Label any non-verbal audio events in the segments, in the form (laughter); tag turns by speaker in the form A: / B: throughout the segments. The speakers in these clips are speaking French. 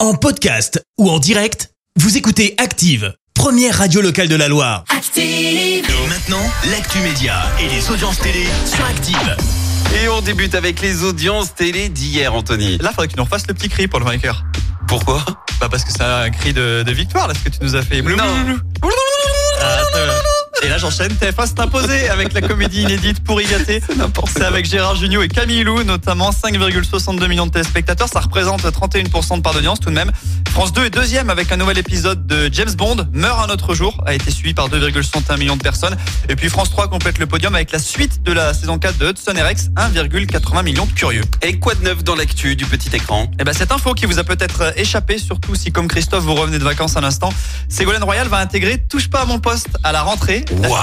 A: En podcast ou en direct, vous écoutez Active, première radio locale de la Loire.
B: Active.
A: Et maintenant, l'actu média et les audiences télé sur Active.
C: Et on débute avec les audiences télé d'hier, Anthony.
D: Là, faudrait que tu nous refasses le petit cri pour le vainqueur.
C: Pourquoi
D: Bah parce que c'est un cri de, de victoire là ce que tu nous as fait. Blou,
C: Non.
D: blou, blou. Ah, attends. Et là j'enchaîne TF1 s'est imposé avec la comédie inédite pour y gâter.
C: N'importe
D: C'est avec Gérard Jugnot et Camille Lou, notamment 5,62 millions de téléspectateurs. Ça représente 31% de part d'audience tout de même. France 2 est deuxième avec un nouvel épisode de James Bond, Meurt un autre jour, a été suivi par 2,61 millions de personnes. Et puis France 3 complète le podium avec la suite de la saison 4 de Hudson et Rex, 1,80 millions de curieux.
C: Et quoi de neuf dans l'actu du petit écran
D: Eh ben, cette info qui vous a peut-être euh, échappé, surtout si comme Christophe vous revenez de vacances à l'instant, Ségolène Royal va intégrer Touche pas à mon poste à la rentrée. La
C: Waouh.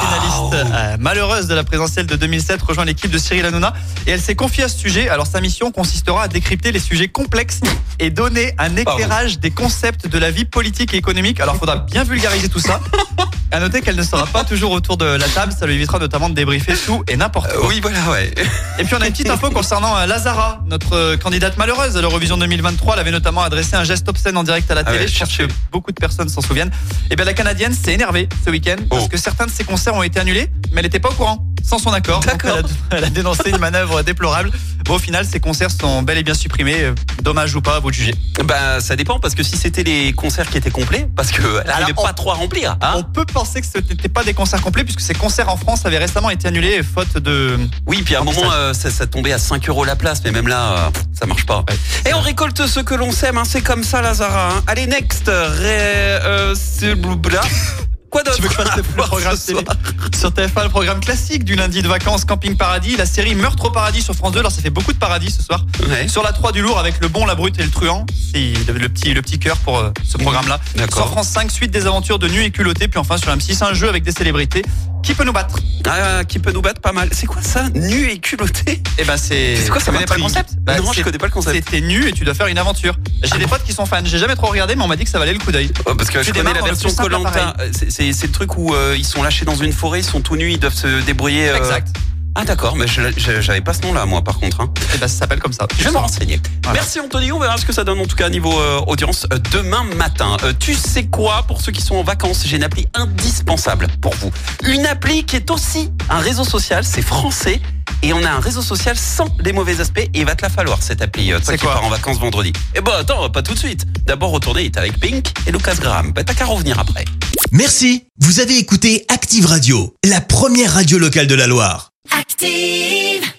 D: finaliste euh, malheureuse de la présidentielle de 2007 rejoint l'équipe de Cyril Hanouna et elle s'est confiée à ce sujet. Alors sa mission consistera à décrypter les sujets complexes et donner un éclairage des concepts de la vie politique et économique. Alors faudra bien vulgariser tout ça. À noter qu'elle ne sera pas toujours autour de la table, ça lui évitera notamment de débriefer tout et n'importe
C: Euh,
D: quoi.
C: Oui, voilà, ouais. (laughs)
D: Et puis on a une petite info concernant euh, Lazara, notre euh, candidate malheureuse à l'Eurovision 2023. Elle avait notamment adressé un geste obscène en direct à la
C: Ah
D: télé.
C: ouais,
D: je pense
C: cherchez.
D: que beaucoup de personnes s'en souviennent. Et bien la Canadienne s'est énervée ce week-end parce
C: Oh.
D: que certains de ses concerts ont été annulés, mais elle n'était pas au courant, sans son accord. Donc,
C: D'accord.
D: Elle, a- (laughs) elle a dénoncé une manœuvre déplorable. Bon, au final, ces concerts sont bel et bien supprimés. Euh, Dommage ou pas, vous jugez.
C: Bah, ça dépend parce que si c'était les concerts qui étaient complets, parce que elle
D: Alors,
C: n'arrivait
D: on-
C: pas trop à remplir.
D: on
C: Hein
D: peut penser que ce n'étaient pas des concerts complets puisque ces concerts en France avaient récemment été annulés faute de...
C: oui, puis à un moment, euh, ça, ça tombait à 5 euros la place, mais même là, euh, ça marche pas. Et on récolte ce que l'on sème, hein, c'est comme ça, Lazara. hein. Allez, next. Ré- euh, c'est (laughs) blabla. Quoi d'autre
D: Tu veux que je fasse
C: (laughs)
D: le
C: à voir
D: programme
C: ce
D: télé
C: soir
D: Sur TF1, le programme classique du lundi de vacances, Camping Paradis, la série Meurtre au Paradis sur France 2. Alors ça fait beaucoup de paradis ce soir.
C: Ouais.
D: Sur la 3 du lourd avec le bon, la brute et le truand. C'est le, le petit, le petit cœur pour euh, ce programme-là.
C: Mmh. D'accord.
D: Sur France 5, suite des aventures de nu et culotté. Puis enfin sur M6, un jeu avec des célébrités. Qui peut nous battre
C: Ah, qui peut nous battre pas mal. C'est quoi ça Nu et culotté
D: Eh ben c'est.
C: C'est quoi ça
D: Tu connais pas le
C: m'intrigue.
D: concept Bah,
C: Non, je
D: c'est-
C: connais pas le concept.
D: C'était nu et tu dois faire une aventure.
C: Ah
D: J'ai des potes qui sont fans. J'ai jamais trop regardé, mais on m'a dit que ça valait le coup d'œil.
C: Oh, parce que
D: Tu
C: je connais
D: démarres
C: la
D: dans le
C: version
D: plus simple
C: Colanta. C'est c'est- c'est le truc où euh, ils sont lâchés dans une forêt, ils sont tout nus, ils doivent se débrouiller. euh.
D: Exact.
C: Ah d'accord, mais je- je- j'avais pas ce nom là moi par contre. hein.
D: Et ben ça s'appelle comme ça.
C: Je vais me renseigner.
D: Voilà.
C: Merci Anthony, on verra ce que ça donne en tout cas niveau euh, audience euh, demain matin. Euh, tu sais quoi Pour ceux qui sont en vacances, j'ai une appli indispensable pour vous. Une appli qui est aussi un réseau social, c'est français. Et on a un réseau social sans les mauvais aspects et il va te la falloir cette appli, euh, toi
D: C'est
C: qui
D: quoi
C: pars en vacances vendredi. Eh ben attends, pas tout de suite. D'abord retourner est avec Pink et Lucas Graham. Bah t'as qu'à revenir après.
A: Merci, vous avez écouté Active Radio, la première radio locale de la Loire.
B: Active.